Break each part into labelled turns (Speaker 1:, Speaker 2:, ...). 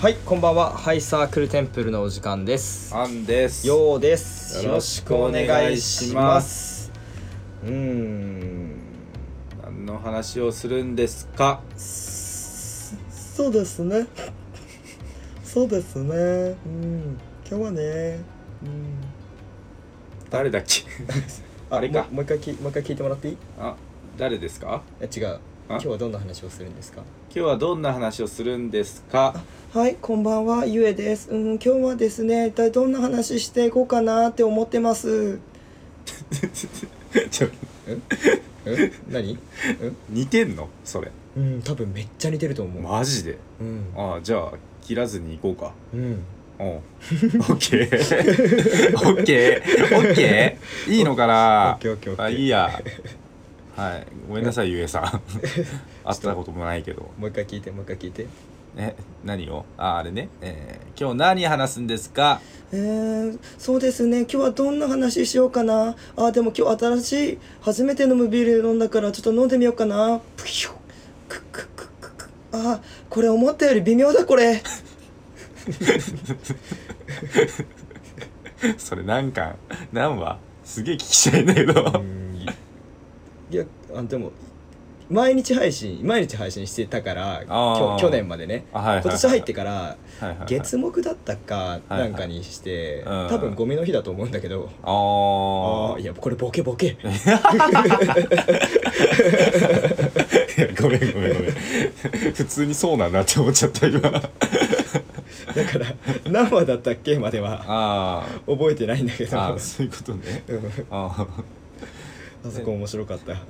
Speaker 1: はいこんばんはハイサークルテンプルのお時間です
Speaker 2: アンです
Speaker 1: ようです
Speaker 2: よろしくお願いします
Speaker 1: うーん
Speaker 2: 何の話をするんですか
Speaker 3: そうです ね。そうですね。うん。今日はね。うん。
Speaker 2: 誰だっけ あれか
Speaker 1: もうもう一回きもう一回聞いてもらっていい
Speaker 2: あ誰ですか
Speaker 1: え違う今
Speaker 2: あ
Speaker 1: 日はどんな話をするんですか
Speaker 2: 今日はどんな話をするんですか
Speaker 3: はい、こんばんは、ゆえです。うん、今日はですね、一体どんな話していこうかなって思ってます。
Speaker 2: ちょ
Speaker 1: うん何
Speaker 2: 似てんのそれ
Speaker 1: うん多分めっちゃ似てると思う、
Speaker 2: マジで
Speaker 1: うん
Speaker 2: あじゃあ切らずに行こ
Speaker 1: うん
Speaker 2: う かうんオッケーオッケーオッケ ーいいのか
Speaker 1: オ
Speaker 2: な
Speaker 1: ッケーオッケーオッケー
Speaker 2: あいいやはいごめんなさいゆ えさん会ったこともないけど
Speaker 1: もう一回聞いてもう一回聞いて
Speaker 2: え何をああれね、えー今日何話すんですか
Speaker 3: えー、そうですね、今日はどんな話しようかな。あ、でも今日新しい、初めて飲むビール飲んだから、ちょっと飲んでみようかな。ぷひゅくっくっくっくっくっあ、これ思ったより微妙だ、これ。
Speaker 2: それ何巻何話すげえ聞きたいんだけど、
Speaker 1: うんいやあでも毎日配信毎日配信してたからきょ
Speaker 2: ー
Speaker 1: 去年までね
Speaker 2: あはいはいはい
Speaker 1: 今年入ってから
Speaker 2: はいはいはい
Speaker 1: 月目だったかなんかにして、
Speaker 2: はいはいうん
Speaker 1: 多分ゴミの日だと思うんだけど、
Speaker 2: あー
Speaker 1: ああいやこれボケボケ
Speaker 2: いや ごめんごめんごめん普通にそうなんだって思っちゃった今あ
Speaker 1: だから何話だったっけまでは
Speaker 2: あ
Speaker 1: 覚えてないんだけど
Speaker 2: ああそういうことね
Speaker 1: うん
Speaker 2: あ
Speaker 1: あそこ面白かった
Speaker 2: あ、うん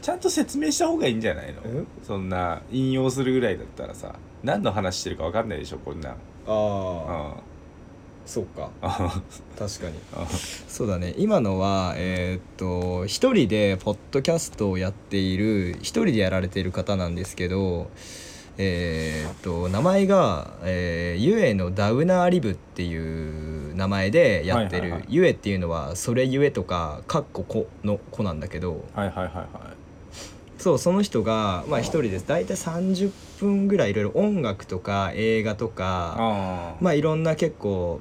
Speaker 2: ちゃんと説明した方がいいんじゃないの
Speaker 1: え
Speaker 2: そんな引用するぐらいだったらさ何の話してるか分かんないでしょこんなん
Speaker 1: ああ
Speaker 2: あ
Speaker 1: そうか
Speaker 2: ああ
Speaker 1: 確かに
Speaker 2: あ
Speaker 1: そうだね今のはえーっと一人でポッドキャストをやっている一人でやられている方なんですけどえーっと名前が、えーゆえのダウナーリブっていう名前でやってる、
Speaker 2: はいはいはい
Speaker 1: ゆえっていうのはそれゆえとかかっここの子なんだけど
Speaker 2: はいはいはいはい
Speaker 1: そうその人がまあ一人です大体30分ぐらいいろいろ音楽とか映画とか
Speaker 2: ああ
Speaker 1: まあいろんな結構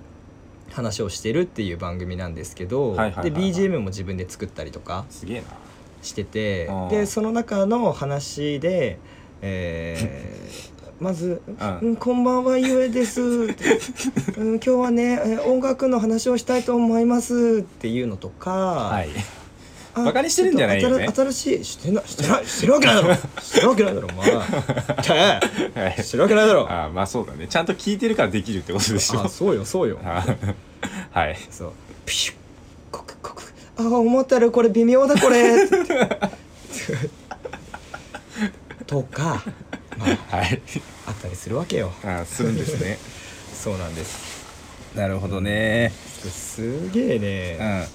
Speaker 1: 話をしてるっていう番組なんですけど、
Speaker 2: はいはいはいは
Speaker 1: で
Speaker 2: い
Speaker 1: BGM も自分で作ったりとか
Speaker 2: すげえな
Speaker 1: してて
Speaker 2: あー
Speaker 1: でその中の話で、え ーまず
Speaker 2: うん
Speaker 3: うん、こんばんは、ゆえです。うん、今日はね、えー音楽の話をしたいと思います。
Speaker 1: っていうのとか、
Speaker 2: はい
Speaker 3: あ
Speaker 2: バカにしてるんじゃないよね
Speaker 3: ちょっと新新しい、してな、してない。
Speaker 1: してるわけないだろしてるわけないだろお前
Speaker 2: はい
Speaker 1: てしてるわけないだろあ
Speaker 2: ああまあそうだねちゃんと聞いてるからできるってことでしょ
Speaker 1: そうよそうよ
Speaker 2: ああはい
Speaker 1: そう
Speaker 3: ピシュッ、コクコク。あ、思ったよりこれ微妙だ、これ。
Speaker 1: とかまあ
Speaker 2: はい
Speaker 1: あったりするわけよ
Speaker 2: ああするんですね
Speaker 1: そうなんです
Speaker 2: なるほどね
Speaker 1: すげえ
Speaker 2: うん
Speaker 1: ね、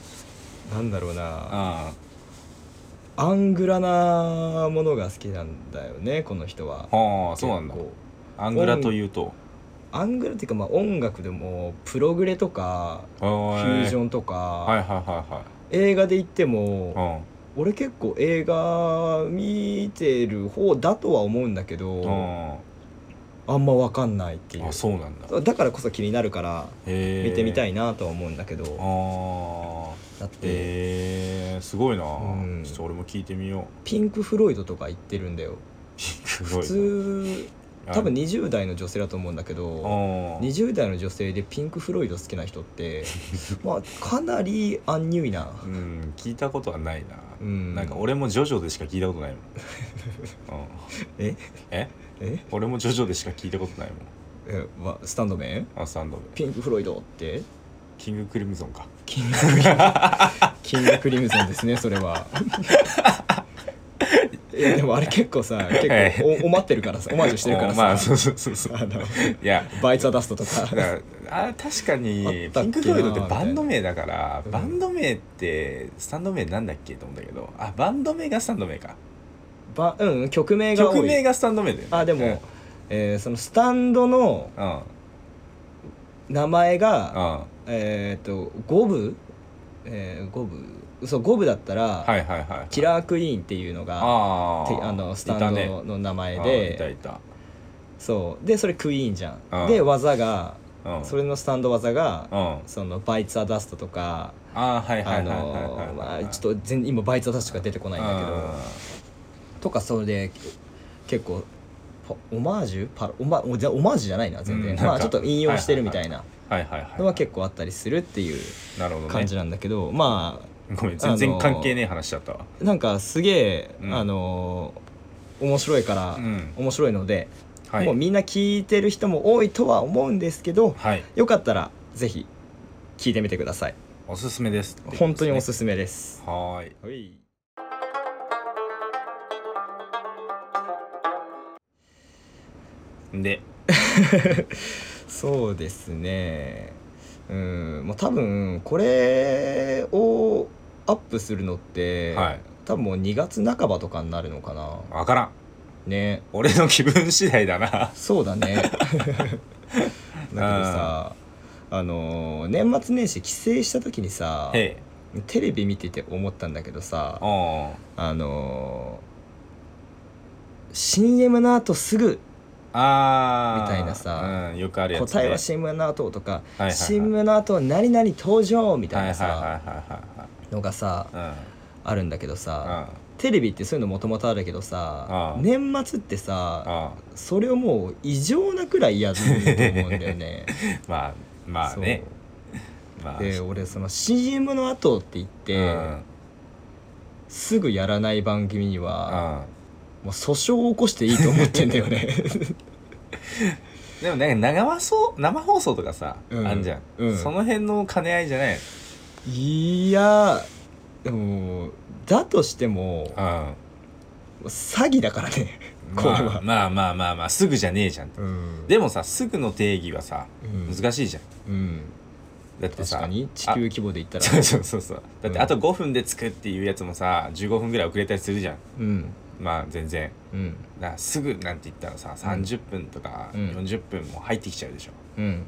Speaker 2: あ
Speaker 1: なんだろうな
Speaker 2: あ
Speaker 1: アングラなものが好きなんだよねこの人は
Speaker 2: はあそうなんだ
Speaker 1: 結構
Speaker 2: アングラというと
Speaker 1: アングラっていうかまあ音楽でもプログレとか
Speaker 2: フ
Speaker 1: フュージョンとか、
Speaker 2: はいはいは
Speaker 1: 映画で言って
Speaker 2: いは
Speaker 1: も
Speaker 2: い
Speaker 1: 俺結構映画見てる方だとは思うんだけ
Speaker 2: う
Speaker 1: ど
Speaker 2: ん
Speaker 1: あんま分かんないってい
Speaker 2: うんあ
Speaker 1: う
Speaker 2: そうなんだ
Speaker 1: だからこそ気になるから
Speaker 2: へえ
Speaker 1: 見てみた
Speaker 2: い
Speaker 1: いなとは思うんだけど
Speaker 2: ああ
Speaker 1: だって
Speaker 2: へえすごいな
Speaker 1: うん
Speaker 2: ちょっと俺も聞いてみよ
Speaker 1: ピンク・フロイドとか言ってるんだよ
Speaker 2: う すご
Speaker 1: 普
Speaker 2: い
Speaker 1: 通多分20代の女性だと思うんだけど
Speaker 2: ああ
Speaker 1: 20代の女性でピンク・フロイド好きな人って まあかなりアンニュイな
Speaker 2: うん聞いたことはないな
Speaker 1: うん
Speaker 2: なんか俺もジョジョでしか聞いたことない もんうん
Speaker 1: え
Speaker 2: え
Speaker 1: え
Speaker 2: 俺もジョジョでしか聞いたことないもん
Speaker 1: え、わスタンドメン
Speaker 2: あサンドで
Speaker 1: ピンク・フロイドって
Speaker 2: キングクリムゾンか
Speaker 1: キングクリムキングクリムゾンですねそれはいやでもあれ結構さ結
Speaker 2: え
Speaker 1: 構おお待ってるからさオマージュしてるから
Speaker 2: お
Speaker 1: さ、
Speaker 2: まあそうそうそうそう
Speaker 1: あの
Speaker 2: いや
Speaker 1: バイツ・ア・ダストと
Speaker 2: だか
Speaker 1: から
Speaker 2: あ確かに
Speaker 1: あったっけな
Speaker 2: ピンク・フロイドってバンド名だから
Speaker 1: みたいなう
Speaker 2: バ
Speaker 1: ん
Speaker 2: ンド名ってスタンド名なんだっけと思うんだけどあバンド名がスタンド名か
Speaker 1: ば、うん、曲名が多い
Speaker 2: 曲名がスタンド名だよね
Speaker 1: あでも、えーそのスタンドの
Speaker 2: うんうん
Speaker 1: 名前が、
Speaker 2: は
Speaker 1: えー、と五部、えー、五部そう五部だったら、
Speaker 2: いはいはい
Speaker 1: キラークイーンっていうのが
Speaker 2: あ
Speaker 1: て
Speaker 2: ー
Speaker 1: あのスタン
Speaker 2: いた
Speaker 1: ド
Speaker 2: ね
Speaker 1: のの名前
Speaker 2: あーいた
Speaker 1: で、
Speaker 2: いた
Speaker 1: そうでそれクイーンじゃ
Speaker 2: うん
Speaker 1: んで技が
Speaker 2: うん
Speaker 1: それのスタンド技が
Speaker 2: うんあ
Speaker 1: そのバイツ・ア・ダストとか
Speaker 2: あはいは
Speaker 1: あ
Speaker 2: いはいはいはい
Speaker 1: のま
Speaker 2: は
Speaker 1: あ
Speaker 2: い
Speaker 1: ちょっと全今バイツ・ア・ダストしか出てこないんだけどとかそれで結構パオマージュパロオマおじゃオマージュじゃないな全
Speaker 2: うん
Speaker 1: 然、
Speaker 2: なんか
Speaker 1: まあちょっと引用してるみたいな
Speaker 2: うんはいはいはい
Speaker 1: のは結構あったりするっていう
Speaker 2: なるほどね
Speaker 1: 感じなんだけど、ま
Speaker 2: ごめん全然関係ねえ話だったわ
Speaker 1: あなんかすげえ、
Speaker 2: うん
Speaker 1: あの面白いから、
Speaker 2: うん
Speaker 1: 面白いので、
Speaker 2: はい
Speaker 1: もうみんな聞いてる人も多いとは思うんですけど
Speaker 2: はい
Speaker 1: よかったらぜひ聞いてみてください
Speaker 2: おすすめです
Speaker 1: 本当におす
Speaker 2: す
Speaker 1: すめです、
Speaker 2: めはーい
Speaker 1: はい
Speaker 2: で
Speaker 1: そうですねうんもう多分これをアップするのって、
Speaker 2: はい
Speaker 1: 多分もう2月半ばとかになるのかな
Speaker 2: わからん
Speaker 1: ね
Speaker 2: 俺の気分次第だ な
Speaker 1: そうだ ねだけどさあのー年末年始帰省した時にさ
Speaker 2: へえ
Speaker 1: テレビ見てて思ったんだけどさ
Speaker 2: あ
Speaker 1: あのー CM の後すぐ
Speaker 2: あー
Speaker 1: みたいなさ
Speaker 2: うんよくあるやつね
Speaker 1: 答えは CM の後とか
Speaker 2: はいはいはい
Speaker 1: CM の後何々登場みたいな
Speaker 2: はいはい
Speaker 1: さのがさ
Speaker 2: はいはいはい
Speaker 1: あるんだけどさ
Speaker 2: うんうん
Speaker 1: テレビってそういうのもともとあるけどさ
Speaker 2: うん
Speaker 1: 年末ってさ
Speaker 2: あ
Speaker 1: それをもう異常なくらいやると思うんだよね。
Speaker 2: あまあ まあねま
Speaker 1: そ
Speaker 2: あ
Speaker 1: うで俺その CM の後って言って、
Speaker 2: うん
Speaker 1: すぐやらない番組には、
Speaker 2: うん
Speaker 1: もう訴訟を起こしていいと思ってんだよ ね。
Speaker 2: でもなんか長放送生放送とかさ、
Speaker 1: うん
Speaker 2: あんじゃん、
Speaker 1: うん
Speaker 2: その辺の兼ね合いじゃない
Speaker 1: いやでもだとしても
Speaker 2: の、
Speaker 1: 詐欺だからね
Speaker 2: うん、
Speaker 1: これは
Speaker 2: まあまあまあまあ、まあ、すぐじゃねえじゃん、
Speaker 1: うん
Speaker 2: でもさすぐの定義はさ
Speaker 1: うん
Speaker 2: 難しいじゃ
Speaker 1: う
Speaker 2: ん
Speaker 1: ん
Speaker 2: だって
Speaker 1: 確
Speaker 2: さ
Speaker 1: かに地球規模で言った
Speaker 2: あ
Speaker 1: ら
Speaker 2: そうそうそうそうだって
Speaker 1: うん
Speaker 2: あと5分で着くっていうやつもさ15分ぐらい遅れたりするじゃん
Speaker 1: うん
Speaker 2: まあ全然
Speaker 1: うん
Speaker 2: だからすぐなんて言ったらさ30分とか
Speaker 1: うん
Speaker 2: 40分も入ってきちゃうでしょ、
Speaker 1: うん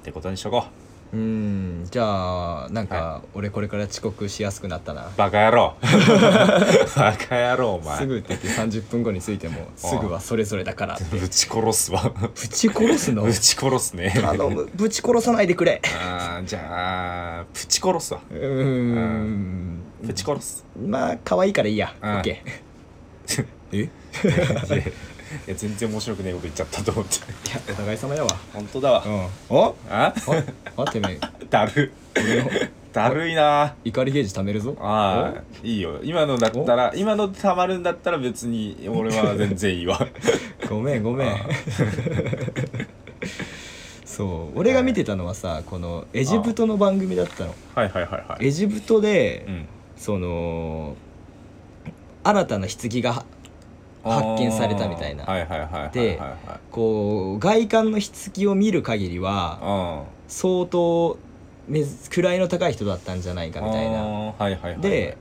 Speaker 2: ってことにしとこ
Speaker 1: うんじゃあなん
Speaker 2: は
Speaker 1: か俺これから遅刻しやすくなったな
Speaker 2: うバカ野 郎バカ野郎お前
Speaker 1: すぐって言って30分後についてもすぐはそれぞれだからって
Speaker 2: ぶち殺すわ
Speaker 1: ぶち殺す の
Speaker 2: ぶち殺すね
Speaker 1: 頼むぶち殺さないでくれ
Speaker 2: あーじゃあプチ殺すわ
Speaker 1: うーん
Speaker 2: プチ殺 す
Speaker 1: まあ可愛いからいいやオ
Speaker 2: うん
Speaker 1: ッケ
Speaker 2: えいやいや全然面白くねえこと言っちゃったと思って
Speaker 1: ーいやお互い様やわ
Speaker 2: 本当だわ、
Speaker 1: うんおあ
Speaker 2: あ
Speaker 1: あてめえ
Speaker 2: だる
Speaker 1: 俺の
Speaker 2: だるいな
Speaker 1: 怒りゲージ貯めるぞ
Speaker 2: あーいいよ今のだったら今のたまるんだったら別に俺 は全然いいわ
Speaker 1: ごめんごめん そう俺が見てたのはさこのエジプトの番組だったの
Speaker 2: はいはいはいはい
Speaker 1: エジプトで、
Speaker 2: うん
Speaker 1: その新たな棺が発見されたみたいな
Speaker 2: あーはいはいはいはいはい
Speaker 1: で
Speaker 2: はい
Speaker 1: こう外観の棺を見る限りは
Speaker 2: あ
Speaker 1: 相当め位の高い人だったんじゃないかみたいな
Speaker 2: あーはいはいはい
Speaker 1: で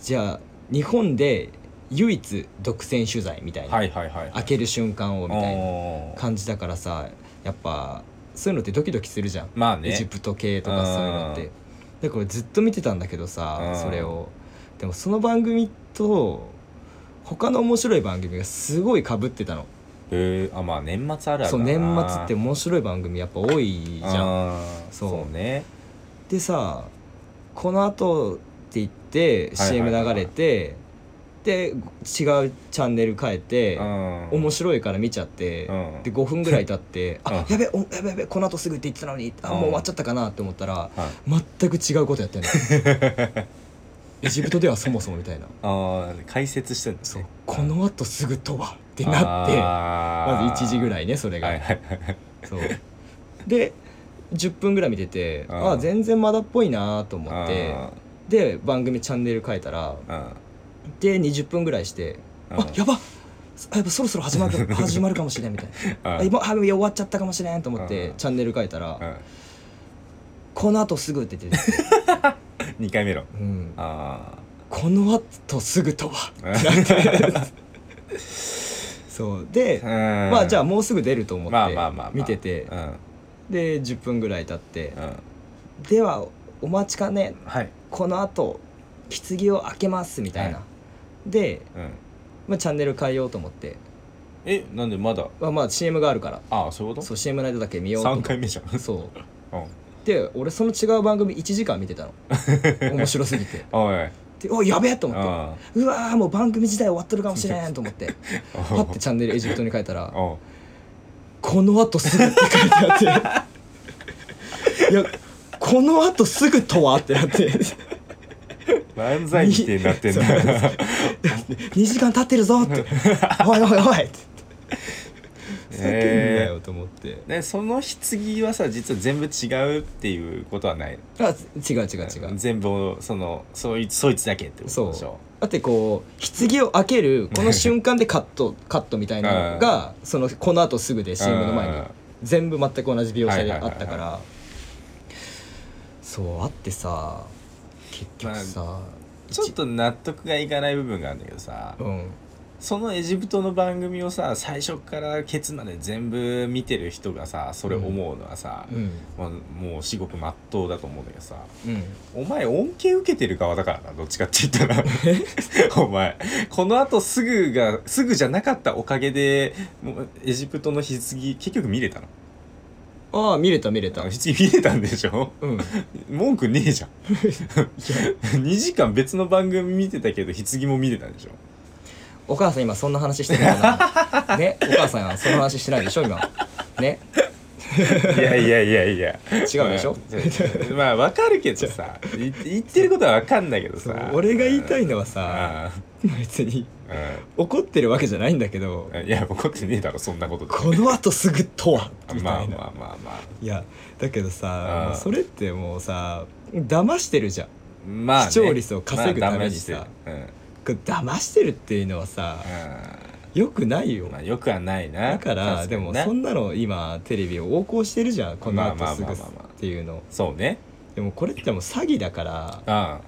Speaker 1: じゃあ日本で唯一独占取材みたいな、
Speaker 2: はいはいはい
Speaker 1: 開ける瞬間をみたいな
Speaker 2: な
Speaker 1: 感じだからさやっぱそういうのってドキドキするじゃん、
Speaker 2: まあね
Speaker 1: エジプト系とかそういうのっ
Speaker 2: うん
Speaker 1: てでこれずっと見てたんだけど
Speaker 2: う
Speaker 1: さ
Speaker 2: ん
Speaker 1: それをでもその番組と他の面白い番組がすごいかぶってたの
Speaker 2: へえあまあ年末あるある
Speaker 1: そ
Speaker 2: だな
Speaker 1: う年末って面白い番組やっぱ多いじゃん
Speaker 2: あー
Speaker 1: そう
Speaker 2: そうね
Speaker 1: でさこの後って言って
Speaker 2: はいはいは
Speaker 1: CM
Speaker 2: いはい
Speaker 1: 流れてで違うチャンネル変えて面
Speaker 2: 面
Speaker 1: 白いから見ちゃって、
Speaker 2: うん
Speaker 1: で5分ぐらい経って「あ
Speaker 2: うん
Speaker 1: やべおやべやべこの後すぐって言ってたのにあもう
Speaker 2: うん
Speaker 1: 終わっちゃったかな」って思ったら
Speaker 2: はい
Speaker 1: 全く違うことやってんの エジプトではそもそもみたいな
Speaker 2: あー解説してるんです
Speaker 1: そう
Speaker 2: ね
Speaker 1: この後すぐとはってなってまず1時ぐら
Speaker 2: い
Speaker 1: いねそれが、
Speaker 2: はいはいはい
Speaker 1: そうで10分ぐらい見てて
Speaker 2: うん
Speaker 1: あ全然まだっぽいなと思って
Speaker 2: あ
Speaker 1: で番組チャンネル変えたら
Speaker 2: ーうん
Speaker 1: で20分ぐらいして「
Speaker 2: うん
Speaker 1: あやばあやっぱそろそろ始ま るか始まるかもしれん」みたいな。
Speaker 2: うん
Speaker 1: あ今あ終わっちゃったかもしれんと思って
Speaker 2: うん
Speaker 1: チャンネル変えた
Speaker 2: う
Speaker 1: ら
Speaker 2: ん
Speaker 1: 「この後すぐ」って言ってて、
Speaker 2: 二回目の
Speaker 1: うん
Speaker 2: あ
Speaker 1: この後すぐとは」
Speaker 2: あ
Speaker 1: そうで、
Speaker 2: ま
Speaker 1: まあじゃあもうすぐ出ると思
Speaker 2: ま
Speaker 1: っ
Speaker 2: あまあまあ
Speaker 1: て見てて
Speaker 2: うんうん
Speaker 1: で10分ぐらい経って「ではお待ちかね
Speaker 2: はい
Speaker 1: この後棺を開けます」みたいな、
Speaker 2: は
Speaker 1: で、
Speaker 2: うん
Speaker 1: まあ、チャンネル変えようと思って
Speaker 2: えなんでまだ
Speaker 1: まあまあ CM があるから
Speaker 2: ああそういうこ
Speaker 1: そ
Speaker 2: と
Speaker 1: う CM の間だけ見ようと思っ
Speaker 2: 3
Speaker 1: て
Speaker 2: 回目じゃん、うん、
Speaker 1: そうで俺その違う番組1時間見てた の面白すぎて
Speaker 2: おい
Speaker 1: でおいやべえと思って
Speaker 2: あ
Speaker 1: うわーもう番組自体終わっとるかもしれんと思って
Speaker 2: あ
Speaker 1: パッてチャンネルエジプトに変えたら
Speaker 2: おう
Speaker 1: このあとすぐって書いてあって いやこのあとすぐとはってなって
Speaker 2: 漫才規定になってんだ
Speaker 1: 2時間経ってるぞって「おいおいおい」って言って叫んだよと思って、
Speaker 2: でその棺はさ実は全部違うっていうことはない
Speaker 1: あ違う違う違う
Speaker 2: 全部そのそいつそいつだけってことでしょ
Speaker 1: そうだってこう棺を開け るこの瞬間でカットカットみたいなのがそのこのあとすぐで CM の前に
Speaker 2: うん
Speaker 1: 全部全く同じ描写で
Speaker 2: はい
Speaker 1: あ
Speaker 2: はい
Speaker 1: ったか
Speaker 2: はい
Speaker 1: らそうあってさ結局さ
Speaker 2: ちょっと納得がいかない部分があるんだけどさ
Speaker 1: うん
Speaker 2: そのエジプトの番組をさ最初からケツまで全部見てる人がさそれ思うのはさ、
Speaker 1: うん
Speaker 2: まあ、もう至極真っ当だと思うんだけどさ
Speaker 1: うん
Speaker 2: お前恩恵受けてる側だからなどっちかって言ったらお前このあとすぐがすぐじゃなかったおかげでもうエジプトの棺結局見れたの
Speaker 1: ああ見れた見れた
Speaker 2: 棺見れたんでしょ
Speaker 1: うん
Speaker 2: 文句ね えじゃん 2時間別の番組見てたけど棺も見れたんでしょ
Speaker 1: お母さん今そんな話してないか なねお母さんはその話してないでしょ今ね
Speaker 2: いやいやいやいや
Speaker 1: 違うでしょ
Speaker 2: まあまあわかるけどさい言ってることはわかんだけどさ
Speaker 1: 俺が言いたいのはさ
Speaker 2: あ
Speaker 1: 別に
Speaker 2: あ
Speaker 1: 怒ってるわけじゃないんだけど
Speaker 2: うんいや怒ってねえだろそんなことで
Speaker 1: このあとすぐとはみ
Speaker 2: ま
Speaker 1: た
Speaker 2: あ
Speaker 1: いな、
Speaker 2: まあまあまあ
Speaker 1: いやだけどさ
Speaker 2: あー
Speaker 1: もうそれってもうさ騙してるじゃん
Speaker 2: まあ、ね、
Speaker 1: 視聴率を稼ぐためにさ
Speaker 2: まあダメージ
Speaker 1: これ騙してるっていうのはさよくないよ
Speaker 2: うん、まあよくはないな
Speaker 1: だからでもそ
Speaker 2: ん
Speaker 1: んなの今テレビを横行してるじゃんこの
Speaker 2: まあ
Speaker 1: あと
Speaker 2: まあ
Speaker 1: す
Speaker 2: まあ
Speaker 1: ぐ
Speaker 2: まあ
Speaker 1: っ
Speaker 2: まあ
Speaker 1: ていうの
Speaker 2: そうね
Speaker 1: でもこれってもう詐欺だから
Speaker 2: あ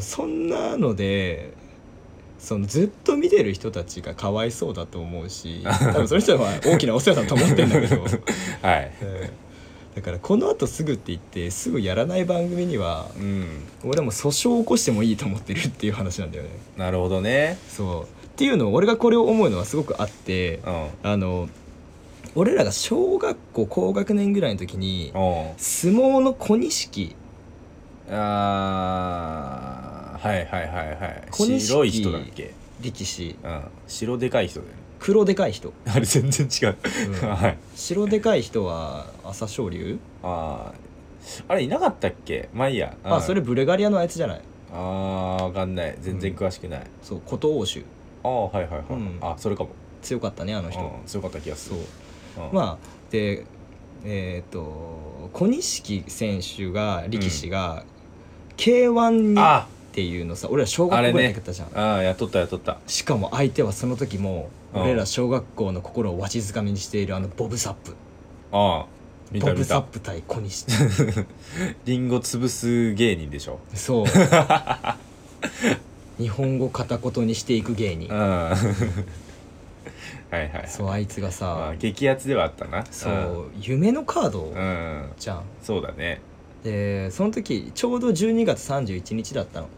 Speaker 1: そんなのでそのずっと見てる人たちがかわいそうだと思うし多分その人は大きなお世話だと思ってんだけど、
Speaker 2: あはい
Speaker 1: うんだからこのあとすぐって言ってすぐやらない番組には
Speaker 2: うん
Speaker 1: 俺はもう訴訟を起こしてもいいと思ってるっていう話なんだよね。
Speaker 2: なるほどね
Speaker 1: そうっていうのを俺がこれを思うのはすごくあって
Speaker 2: うんうん
Speaker 1: あの俺らが小学校高学年ぐらいの時に相撲の小錦
Speaker 2: あーはいはいはいはい
Speaker 1: 小錦
Speaker 2: 白い人だっけ
Speaker 1: 力士
Speaker 2: うん白でかい人だよね
Speaker 1: 黒でかい人、
Speaker 2: あれ全然違う、
Speaker 1: うん
Speaker 2: はい
Speaker 1: 白でかい人は朝青龍
Speaker 2: あーあれいなかったっけまあいいや、うん
Speaker 1: あそれブルガリアのあいつじゃない
Speaker 2: あーわかんない全然詳しくない、
Speaker 1: そう琴欧州
Speaker 2: ああはいはいはい、
Speaker 1: うん
Speaker 2: あそれかも
Speaker 1: 強かったねあの人
Speaker 2: うん強かった気がす
Speaker 1: そ
Speaker 2: る
Speaker 1: う
Speaker 2: うん
Speaker 1: まあでえっ、と小錦選手が力士が k 1にっ
Speaker 2: あ
Speaker 1: ていうのさ俺ら小学校ぐらいだったじゃん、
Speaker 2: ああやっとったやっとった
Speaker 1: しかも相手はその時も
Speaker 2: うん
Speaker 1: 俺ら小学校の心をわしづかみにしているあのボブ・サップ
Speaker 2: ああ見
Speaker 1: ボ
Speaker 2: た
Speaker 1: ブ・
Speaker 2: 見
Speaker 1: サッ
Speaker 2: た
Speaker 1: プ対小西
Speaker 2: リンゴ潰す芸人でしょ
Speaker 1: そう日本語片言にしていく芸
Speaker 2: うん
Speaker 1: 人
Speaker 2: はいはいはい
Speaker 1: そうあいつが
Speaker 2: まあ
Speaker 1: さ
Speaker 2: 激アツではあったな
Speaker 1: そう夢のカード
Speaker 2: うん、うん、
Speaker 1: じゃん
Speaker 2: そうだね
Speaker 1: でその時ちょうど12月31日だったの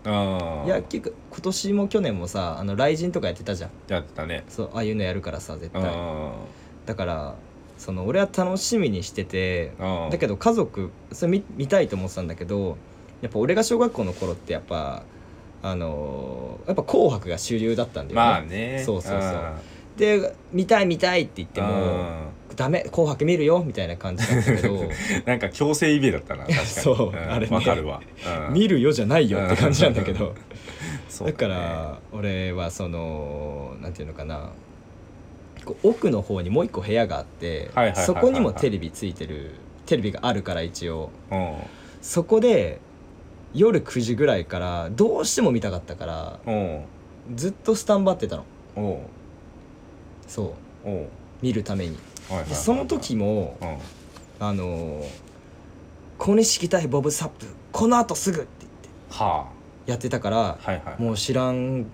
Speaker 2: うん
Speaker 1: いや結構今年も去年もさあの雷神とかやってたじゃん
Speaker 2: やってたね
Speaker 1: そうああいうのやるからさ絶
Speaker 2: うん
Speaker 1: 対だからその俺は楽しみにしてて
Speaker 2: うん
Speaker 1: だけど家族それ見見たいと思ってたんだけどやっぱ俺が小学校の頃ってやっぱあのーやっぱ「紅白」が主流だったんだよね、
Speaker 2: まあね
Speaker 1: そうそうそうで見たい見たいって言って
Speaker 2: で
Speaker 1: も
Speaker 2: も
Speaker 1: 「ダメ紅白見るよ」みたいな感じだったけ ど
Speaker 2: なんか強制イベだっ たな確かに
Speaker 1: そうあれね
Speaker 2: わかるわ、うん
Speaker 1: 見るよじゃないよって感じなんだけど
Speaker 2: そう
Speaker 1: だか
Speaker 2: ね
Speaker 1: ら俺はそのなんていうのかなこう奥の方にもう一個部屋があって
Speaker 2: はいはいはいはいはい
Speaker 1: そこにもテレビついてるテレビがあるから一応
Speaker 2: うん
Speaker 1: そこで夜9時ぐらいからどうしても見たかったから
Speaker 2: お
Speaker 1: ずっとスタンバってたの
Speaker 2: うんおう
Speaker 1: そう
Speaker 2: おう
Speaker 1: 見るために
Speaker 2: はいはいはい
Speaker 1: でその時も
Speaker 2: うん
Speaker 1: あのー小錦対ボブ・サップこのあとすぐ」って言って
Speaker 2: は
Speaker 1: やってたか
Speaker 2: あ
Speaker 1: ら
Speaker 2: はいはい
Speaker 1: もう知らん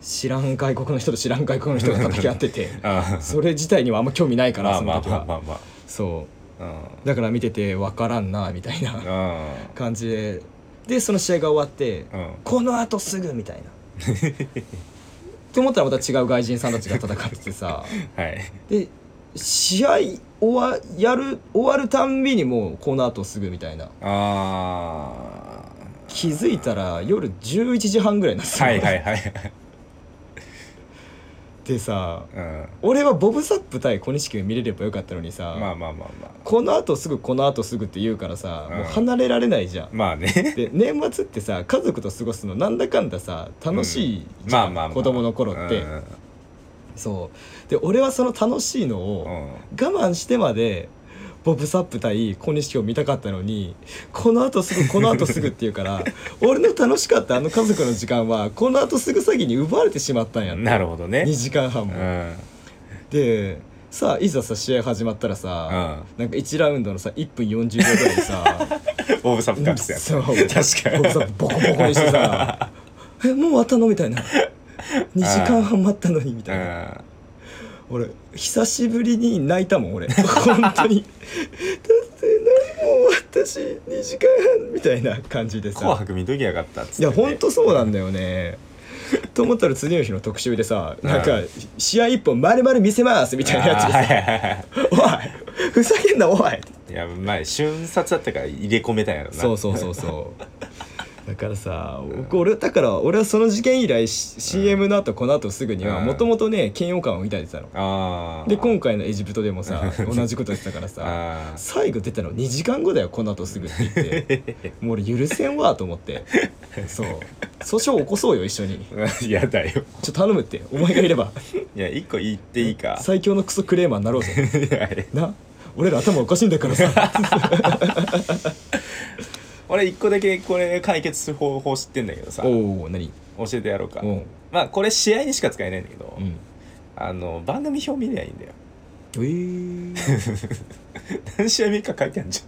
Speaker 1: 知らん外国の人と知らん外国の人が叩き合ってて
Speaker 2: あ
Speaker 1: それ自体にはあんま興味ない
Speaker 2: あ
Speaker 1: から
Speaker 2: まあ
Speaker 1: そ
Speaker 2: ま
Speaker 1: の
Speaker 2: あ
Speaker 1: 時
Speaker 2: まあま
Speaker 1: は
Speaker 2: あま
Speaker 1: そう
Speaker 2: あ
Speaker 1: だから見てて分からんなみたいな
Speaker 2: う
Speaker 1: 感じででその試合が終わって
Speaker 2: んうん
Speaker 1: このあとすぐみたいなって思ったらまた違う外人さんたちが戦って さ
Speaker 2: はい
Speaker 1: で試合終わやる終わるたんびにもうこの後すぐみたいな
Speaker 2: あ
Speaker 1: 気づいたら夜11時半ぐらいなんで
Speaker 2: ー
Speaker 1: すよ
Speaker 2: はいはいはい
Speaker 1: でさ
Speaker 2: うん
Speaker 1: 俺はボブ・サップ対小錦を見れればよかったのにさ、
Speaker 2: まあまあまあまあ
Speaker 1: このあとすぐこのあとすぐって言うからさ、
Speaker 2: うん
Speaker 1: もう離れられないじゃん。
Speaker 2: まあね
Speaker 1: で年末ってさ家族と過ごすのなんだかんださ楽しいじ
Speaker 2: ま
Speaker 1: ゃ
Speaker 2: あ
Speaker 1: ん、
Speaker 2: まあまあ
Speaker 1: 子供の頃って、
Speaker 2: うん
Speaker 1: そうで俺はその楽しいのを
Speaker 2: う
Speaker 1: 我
Speaker 2: ん
Speaker 1: 慢してまでボブ・サップ対小錦を見たかったのにこのあとすぐこのあとすぐって言うから 俺の楽しかったあの家族の時間はこのあとすぐ詐欺に奪われてしまったんやって
Speaker 2: なるほどね
Speaker 1: 2時間半
Speaker 2: う
Speaker 1: も。
Speaker 2: ん
Speaker 1: でさあいざさ試合始まったらさ、なんか1ラウンドのさ1分40秒ぐらいで さ
Speaker 2: オブサブカップや
Speaker 1: そう
Speaker 2: 確かに
Speaker 1: 僕さボコボコにして さ「えもう終わったの?」みたいな「2時間半待ったのに」みたいな
Speaker 2: う
Speaker 1: 俺久しぶりに泣いたもん俺本当にだって何もう私2時間半みたいな感じで
Speaker 2: ん紅
Speaker 1: さ
Speaker 2: 白見ときやがったっつ
Speaker 1: い
Speaker 2: ってね
Speaker 1: や本当そうなんだよねと思ったら次の日の特集でさなんか試合一本丸々見せますみたいなやつで
Speaker 2: あー
Speaker 1: さ
Speaker 2: はいはいはいは
Speaker 1: おいふざけんなおい
Speaker 2: いいや前瞬殺だったから入れ込めたんやろな
Speaker 1: そうそうそう そうだからさ、僕俺だから俺はその事件以来、し CM の後この後すぐには
Speaker 2: うん
Speaker 1: もともとね嫌悪感を抱いてたの、
Speaker 2: ああ
Speaker 1: で今回のエジプトでも さ同じことやってたからさ
Speaker 2: あー
Speaker 1: 最後出たの2時間後だよこの後すぐって言って もう俺許せんわと思ってそう訴訟起こそうよ一緒に
Speaker 2: うんやだよ
Speaker 1: ちょっと頼むってお前がいれ ば
Speaker 2: いや一個言っていいか
Speaker 1: 最強のクソクレーマーになろうぜ
Speaker 2: いや いや
Speaker 1: な俺ら頭おかしいんだから さ
Speaker 2: 俺一個だけこれ解決する方法知ってんだけどさ教
Speaker 1: おお何
Speaker 2: えてやろうか
Speaker 1: おう
Speaker 2: まあこれ試合にしか使えないんだけ ど、
Speaker 1: うん
Speaker 2: あの番組表見りゃいいんだよ
Speaker 1: えー、
Speaker 2: 何試合目か書いてあるじ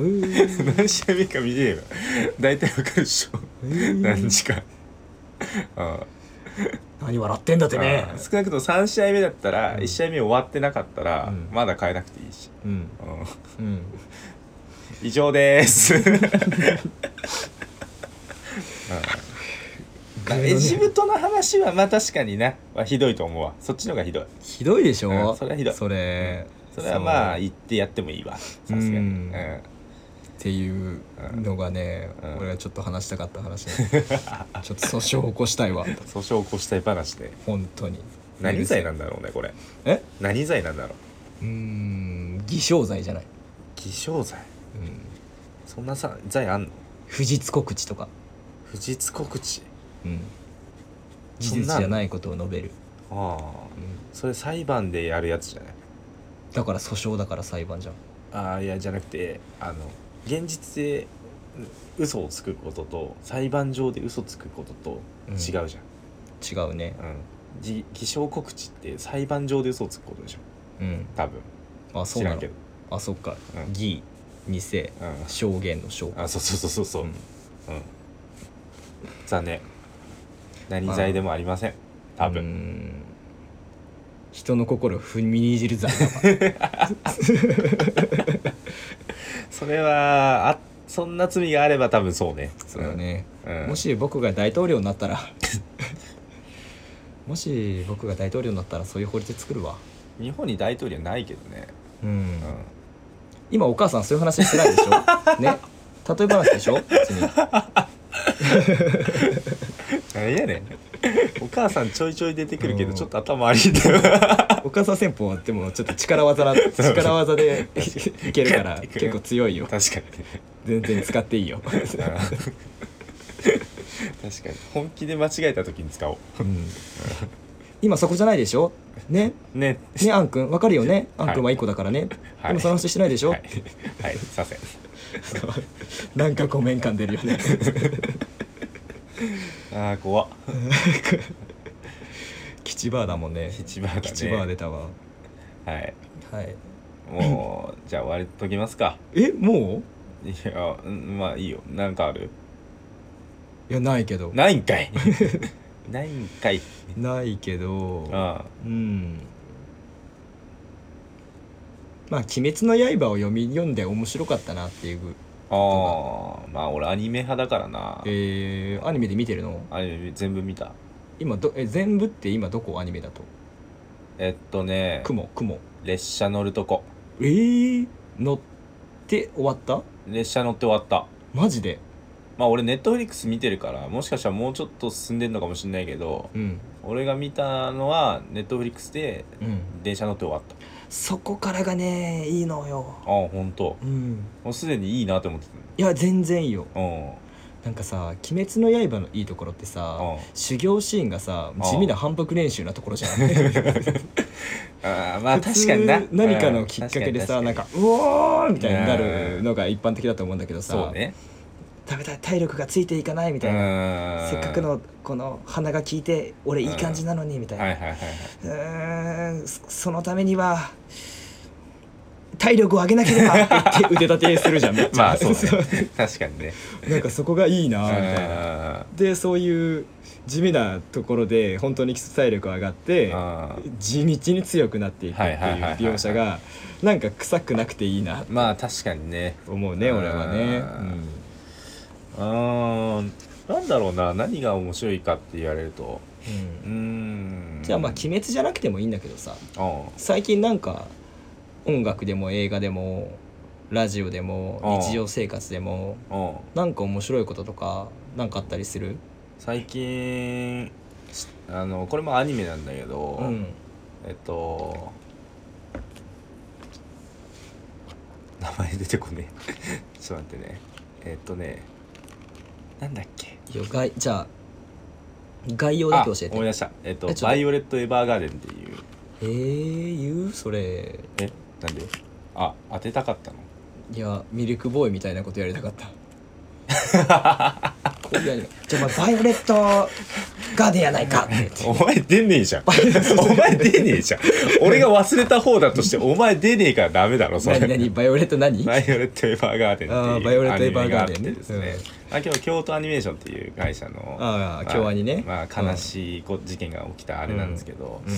Speaker 1: えー
Speaker 2: ゃ ん何試合目か見れれば大体わかるでしょ
Speaker 1: えー
Speaker 2: 何時間うん
Speaker 1: 何笑ってんだってね
Speaker 2: うん少なくとも3試合目だったら
Speaker 1: うん
Speaker 2: 1試合目終わってなかったら
Speaker 1: うん
Speaker 2: まだ変えなくていいし、
Speaker 1: うん
Speaker 2: うん
Speaker 1: うん
Speaker 2: 以上 です、まあエジプトの話はまあ確かにな、まあ、ひどいと思うわそっちの方がひどい
Speaker 1: ひどいでしょ、
Speaker 2: うんそれはひどい
Speaker 1: それ
Speaker 2: それはまあ
Speaker 1: そう
Speaker 2: 言ってやってもいいわさすがに、
Speaker 1: う
Speaker 2: うんん
Speaker 1: っていうのがね、
Speaker 2: うん
Speaker 1: 俺がちょっと話したかった話なんで ちょっと訴訟を起こしたいわ
Speaker 2: 訴訟を起こしたい話で
Speaker 1: 本当に
Speaker 2: 何罪なんだろうねこれ
Speaker 1: え
Speaker 2: 何罪なんだろう
Speaker 1: うーん偽証罪じゃない、
Speaker 2: 偽証罪
Speaker 1: うん、
Speaker 2: そんなさ罪あんの
Speaker 1: 不実告知とか、
Speaker 2: 不実告知
Speaker 1: うん、事
Speaker 2: そんな
Speaker 1: 実じゃないことを述べる、
Speaker 2: あ
Speaker 1: う
Speaker 2: あ
Speaker 1: ん、
Speaker 2: それ裁判でやるやつじゃない
Speaker 1: だから訴訟だから裁判じゃん
Speaker 2: ああいやじゃなくてあの現実でう嘘をつくことと裁判上で嘘つくことと
Speaker 1: うん
Speaker 2: 違うじ
Speaker 1: 違うね
Speaker 2: ゃん、うんじ偽証告知って裁判上で嘘をつくことでしょ
Speaker 1: うん
Speaker 2: 多分
Speaker 1: あそう
Speaker 2: 知
Speaker 1: な
Speaker 2: らん
Speaker 1: の
Speaker 2: けど
Speaker 1: あそっか、
Speaker 2: うん
Speaker 1: 偽偽
Speaker 2: うん
Speaker 1: 証言の証
Speaker 2: あそうそうそうそうそう
Speaker 1: う
Speaker 2: うんん残念何罪でもありません多
Speaker 1: うー
Speaker 2: 分
Speaker 1: ん人の心を踏みにじる罪だわ
Speaker 2: それはあそんな罪があれば多分そうね
Speaker 1: そうだね、
Speaker 2: うんうん
Speaker 1: もし僕が大統領になったら もし僕が大統領になったらそういう法律作るわ
Speaker 2: 日本に大統領はないけどね
Speaker 1: うん、
Speaker 2: うん
Speaker 1: 今お母さんそういう話してない でしょね例え話でしょ別に
Speaker 2: 何やねん お母さんちょいちょい出てくるけ
Speaker 1: う
Speaker 2: ど
Speaker 1: ん
Speaker 2: ちょっと頭悪いんだ よ
Speaker 1: お母さん戦法はでもちょっと力技 な力技 でいけるから結構強 いよ
Speaker 2: 確かに
Speaker 1: 全然使っていいよ、
Speaker 2: 確かに本気で間違えた時に使お
Speaker 1: うん、 今そこじゃないでしょね
Speaker 2: うね
Speaker 1: ねあんくんわかるよねあ
Speaker 2: はい
Speaker 1: んくんはいい子だからね、
Speaker 2: はい
Speaker 1: 今その話してないでしょ、
Speaker 2: はい、はい、させん
Speaker 1: なんかごめん感出るよ ね
Speaker 2: ああ怖っ
Speaker 1: キチバーだもんね
Speaker 2: 一番だね
Speaker 1: キチバー出たわ
Speaker 2: はい
Speaker 1: はい
Speaker 2: もうじゃあ終わりときますか
Speaker 1: えも
Speaker 2: いやうんまあいいよなんかある
Speaker 1: ういやないけどな
Speaker 2: ないん かいないんかい
Speaker 1: いけど
Speaker 2: あ
Speaker 1: うんまあ「鬼滅の刃」を読み読んで面白かったなっていう
Speaker 2: ああーまあ俺アニメ派だからな
Speaker 1: えー、アニメで見てるの
Speaker 2: アニメ全部見た
Speaker 1: 今どえ全部って今どこアニメだと
Speaker 2: えっとね
Speaker 1: 雲雲
Speaker 2: 列車乗るとこ
Speaker 1: えー、乗って終わった
Speaker 2: 列車乗って終わった
Speaker 1: マジで
Speaker 2: まあ俺ネットフリックス見てるからもしかしたらもうちょっと進んでんのかもしれないけど
Speaker 1: うん
Speaker 2: 俺が見たのはネットフリックスで
Speaker 1: うん
Speaker 2: 電車乗って終わった
Speaker 1: そこからがねいいのよ
Speaker 2: ああほんと
Speaker 1: うん
Speaker 2: もうすでにいいなと思って
Speaker 1: いや全然いいよ
Speaker 2: たうん
Speaker 1: なんかさ「鬼滅の刃」のいいところってさ、
Speaker 2: うん
Speaker 1: 修行シーンがさ
Speaker 2: ん
Speaker 1: 地味な反復練習なとこ ろじゃん
Speaker 2: ああまあ確かにな
Speaker 1: 普通何かのきっかけでさ、
Speaker 2: うん
Speaker 1: なん
Speaker 2: 確
Speaker 1: か「
Speaker 2: に
Speaker 1: うおー!」みたいになるのが一般的だと思うんだけど
Speaker 2: 確かにそ
Speaker 1: さ
Speaker 2: うね
Speaker 1: 食べたい体力がついていかないみたいな、
Speaker 2: な
Speaker 1: せっかくのこの鼻が効いて俺いい感じなのにみたいな、
Speaker 2: はいはいはいはいう
Speaker 1: ーんそそのためには体力を上げなければって言って腕立てするじゃんめっちゃ
Speaker 2: まあ そうだね確かにね
Speaker 1: なんかそこがいいな
Speaker 2: う
Speaker 1: みたいなんでそういう地味なところで本当に基礎体力上がって
Speaker 2: うん
Speaker 1: 地道に強くなっていくっていう
Speaker 2: はいはいはいはいはい
Speaker 1: 描写がなんか臭くなくていいな
Speaker 2: まあ確かにね
Speaker 1: と思うね俺はね、
Speaker 2: あーうーんなんだろうな何が面白いかって言われるとう
Speaker 1: うん
Speaker 2: ーん
Speaker 1: じゃあまあ「鬼滅」じゃなくてもいいんだけどさ
Speaker 2: うん
Speaker 1: 最近なんか音楽でも映画でもラジオでも
Speaker 2: あー
Speaker 1: 日常生活でも
Speaker 2: うん
Speaker 1: なんか面白いこととかなんかあったりする
Speaker 2: 最近しあのこれもアニメなんだけど、
Speaker 1: うん
Speaker 2: えっと名前出てこねえ ちょっと待ってねえっとねなんだっけ
Speaker 1: よがいじゃあ概要だけ教え
Speaker 2: あ思い
Speaker 1: て
Speaker 2: 出したえっと
Speaker 1: えちょっと
Speaker 2: バイオレット・エヴァーガーデンっていう
Speaker 1: えー、言うそれ
Speaker 2: えなんであ当てた かったの
Speaker 1: いやミルクボーイみたいなことやりたかった こういうアニメじゃあお前バイオレットガーデンやないかっ て言って
Speaker 2: お前出ねえじゃんお前出ねえじゃん俺が忘れた方だとしてお前出ねえからダメだろそれ
Speaker 1: 何何バイオレット何
Speaker 2: バイオレット・エヴァーガーデンって
Speaker 1: あーバイ
Speaker 2: い
Speaker 1: オレ
Speaker 2: う
Speaker 1: ッ
Speaker 2: ア
Speaker 1: トエ
Speaker 2: ニ
Speaker 1: ヴァー
Speaker 2: メがあ
Speaker 1: ガー
Speaker 2: っ
Speaker 1: デ
Speaker 2: て
Speaker 1: ンね
Speaker 2: ですね、あ今日京都アニメーションっていう会社の
Speaker 1: ああ
Speaker 2: ま
Speaker 1: 京アニね
Speaker 2: まあ、悲しいこ事件が起きたあれなんですけど、
Speaker 1: う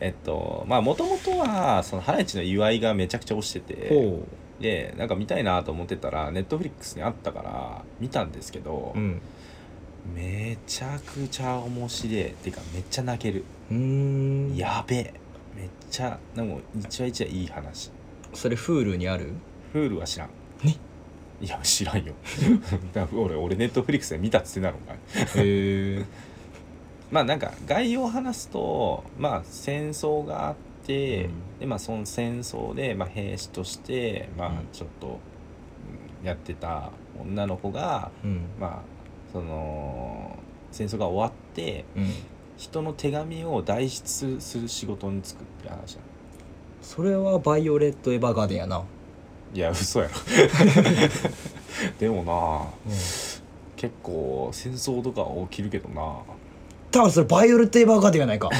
Speaker 2: えっとまあもともとはそのハライチの祝いがめちゃくちゃ落ちて
Speaker 1: ん
Speaker 2: て
Speaker 1: ほ
Speaker 2: でなんか見たいなと思ってたらネットフリックスにあったから見たんですけど、
Speaker 1: ううん
Speaker 2: めちゃくちゃ面白いてかめっちゃ泣ける
Speaker 1: うーん
Speaker 2: やべえめっちゃなんかもう一話一話いい話
Speaker 1: それフールにある
Speaker 2: フールは知らん
Speaker 1: ね
Speaker 2: いや知らんよ だから俺俺ネットフリックスで見たっつってなのか
Speaker 1: へえ
Speaker 2: まあなんか概要を話すとまあ戦争があって、
Speaker 1: うん
Speaker 2: でまあその戦争で、まあ、兵士としてまあ
Speaker 1: うん
Speaker 2: ちょっとうんやってた女の子が
Speaker 1: うん
Speaker 2: まあその戦争が終わって
Speaker 1: うん
Speaker 2: 人の手紙を代筆する仕事に就くって話だ
Speaker 1: それはバイオレットエヴァーガーデンやな、
Speaker 2: いや嘘やろ でもな結構戦争とか起きるけどな
Speaker 1: 多分それバイオレットエヴァーガーデンやない か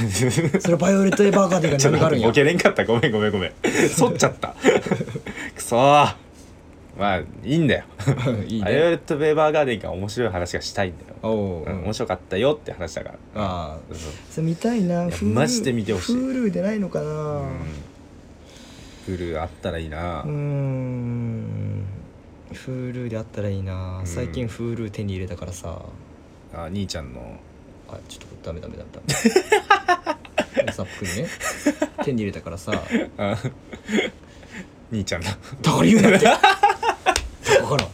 Speaker 1: それバイオレットエヴァーガーデンが
Speaker 2: ちょっと
Speaker 1: 何がある
Speaker 2: 待っ
Speaker 1: ん
Speaker 2: てボ
Speaker 1: や
Speaker 2: ケれんかったごめんごめんごめん 反っちゃったくそーまあいいんだよ
Speaker 1: いい
Speaker 2: アイ
Speaker 1: ね
Speaker 2: オレット・ベーバーガーデンが面白い話がしたいんだよ、
Speaker 1: おおう、
Speaker 2: うん面白かったよって話だから
Speaker 1: ああ
Speaker 2: うん
Speaker 1: それ見たいない
Speaker 2: や
Speaker 1: Hulu
Speaker 2: マジで見てほしい
Speaker 1: Hulu でないのかな
Speaker 2: うんフルあったらいいな、
Speaker 1: うーん Hulu であったらいいな
Speaker 2: うん
Speaker 1: 最近 Hulu 手に入れたからさ
Speaker 2: あ兄ちゃんの
Speaker 1: あちょっとダメダメダメダ メサップにね手に入れたからさだ
Speaker 2: あ 兄ちゃんの
Speaker 1: から言うなってだから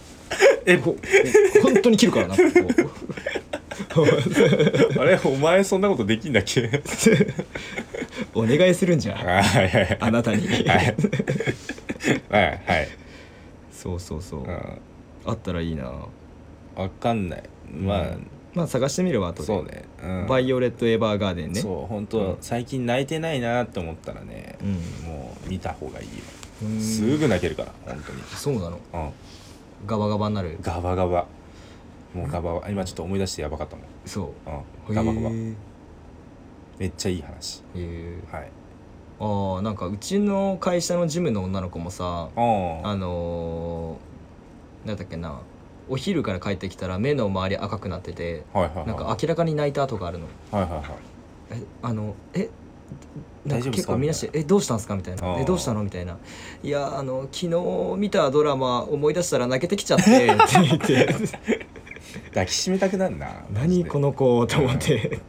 Speaker 1: えこ本当に切るからなここ
Speaker 2: あれお前そんなことできんだっけ
Speaker 1: お願いするんじ
Speaker 2: あ
Speaker 1: ゃん
Speaker 2: はいはい
Speaker 1: あなたに
Speaker 2: はいはいはい、
Speaker 1: そうそうそう、
Speaker 2: うん
Speaker 1: あったらいいな
Speaker 2: わかんないまあ、
Speaker 1: まあ探してみれば後で
Speaker 2: そうね、うん、
Speaker 1: バイオレット・エヴァーガーデンね
Speaker 2: そう本
Speaker 1: うん
Speaker 2: 当最近泣いてないなって思ったらね、
Speaker 1: う
Speaker 2: もう見た方がいいよ
Speaker 1: んうん
Speaker 2: すぐ泣けるから本当に
Speaker 1: そうなの
Speaker 2: うん
Speaker 1: ガバガバになる
Speaker 2: ガバガバもうガバガバ今ちょっと思い出してやばかったも
Speaker 1: そ
Speaker 2: ん、う、
Speaker 1: うん
Speaker 2: ガバガバ
Speaker 1: へー
Speaker 2: めっちゃいい話
Speaker 1: へー
Speaker 2: はい
Speaker 1: あーなんかうちの会社のジムの女の子もさ
Speaker 2: あ
Speaker 1: あのー、なんだっけなお昼から帰ってきたら目の周り赤くなってて
Speaker 2: あはいはいはい
Speaker 1: なんか明らかに泣いた跡があるの
Speaker 2: はいはいはい
Speaker 1: えあのえなん
Speaker 2: 大
Speaker 1: か
Speaker 2: 丈夫っすか
Speaker 1: 結構みんなして「えどうしたんすか?」みたい
Speaker 2: あ
Speaker 1: な「
Speaker 2: ー
Speaker 1: えどうしたの?」みたいな「いやあの昨日見たドラマ思い出したら泣けてきちゃって」って言って
Speaker 2: 抱きしめたくなるな
Speaker 1: 何こ
Speaker 2: の
Speaker 1: の子と思って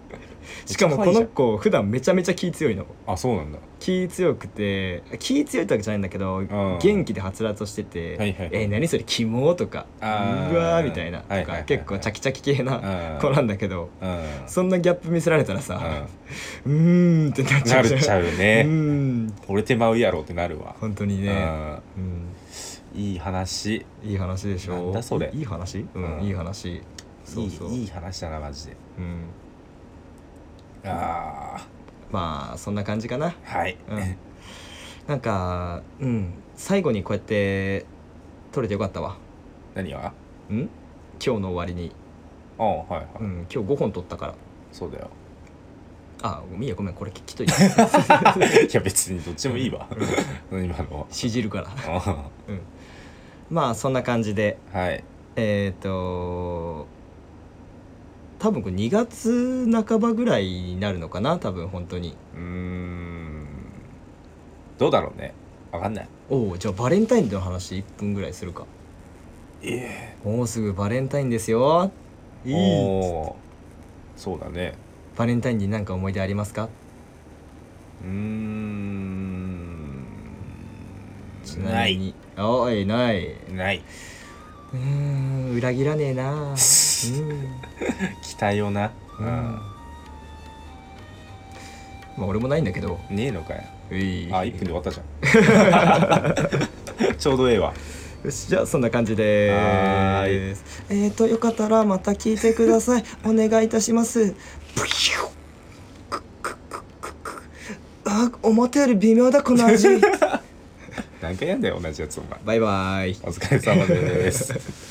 Speaker 1: しかも
Speaker 2: め
Speaker 1: こ
Speaker 2: っちゃ可愛いじゃ
Speaker 1: の
Speaker 2: ん
Speaker 1: 子普段めちゃめちゃ気強いの
Speaker 2: あそうなんだ
Speaker 1: 気強くて気強いってわけじゃないんだけど、
Speaker 2: ん
Speaker 1: 元気ではつらつとしてて「
Speaker 2: はいはいはい
Speaker 1: えー何それキモ」とか「う
Speaker 2: あー
Speaker 1: わ」みたいなとか、
Speaker 2: はいはいはいはい
Speaker 1: 結構チャキチャキ系な
Speaker 2: うん
Speaker 1: 子なんだけど、
Speaker 2: うん
Speaker 1: そんなギャップ見せられたら さ「うーん」ってなっちゃ
Speaker 2: な
Speaker 1: うじゃん
Speaker 2: るちゃ
Speaker 1: う
Speaker 2: うね
Speaker 1: ーん
Speaker 2: 惚れてまうやろってなるわ
Speaker 1: 本当にね、うん、
Speaker 2: うんいい話
Speaker 1: いい話でしょ
Speaker 2: なんだそれ
Speaker 1: いい話うん、
Speaker 2: うん
Speaker 1: いい話そうそう
Speaker 2: いいいい話だなマジで
Speaker 1: うん、
Speaker 2: ああ
Speaker 1: まあそんな感じかな
Speaker 2: はい、
Speaker 1: うんなんかうん最後にこうやって撮れてよかったわ
Speaker 2: 何は
Speaker 1: うん今日の終わりに、
Speaker 2: ああはいはい、
Speaker 1: うん、今日5本撮ったから
Speaker 2: そう だよ
Speaker 1: あごめんやごめんこれ聞きといて
Speaker 2: いや別にどっちもいいわ今のは
Speaker 1: しじるから
Speaker 2: あ
Speaker 1: まあそんな感じで
Speaker 2: あはい
Speaker 1: えっ、と多分これ2月半ばぐらいになるのかな多分本当に
Speaker 2: うーんどうだろうねわかんない
Speaker 1: おおじゃあバレンタインデーの話1分ぐらいするか
Speaker 2: え
Speaker 1: もうすぐバレンタインですよいい
Speaker 2: そうだね
Speaker 1: バレンタインに何か思い出ありますか
Speaker 2: うーん
Speaker 1: ちな
Speaker 2: な
Speaker 1: み
Speaker 2: い
Speaker 1: においないう
Speaker 2: ない
Speaker 1: ーん裏切らねえ なうん
Speaker 2: 期待をな、う
Speaker 1: うんんまあ俺もないんだけど
Speaker 2: ねえのかよ
Speaker 1: うい
Speaker 2: あ一1分で終わったじ ゃん ちょうどええわ
Speaker 1: よしじゃあそんな感じで
Speaker 2: はー
Speaker 1: ーす
Speaker 3: えーとよかったらまた聞いてくだ さいお願いいたしますプヒュクククククあ思ったより微妙だこの 味
Speaker 2: 何回やんだよ同じやつお前
Speaker 1: バイバイ
Speaker 2: お疲れ様です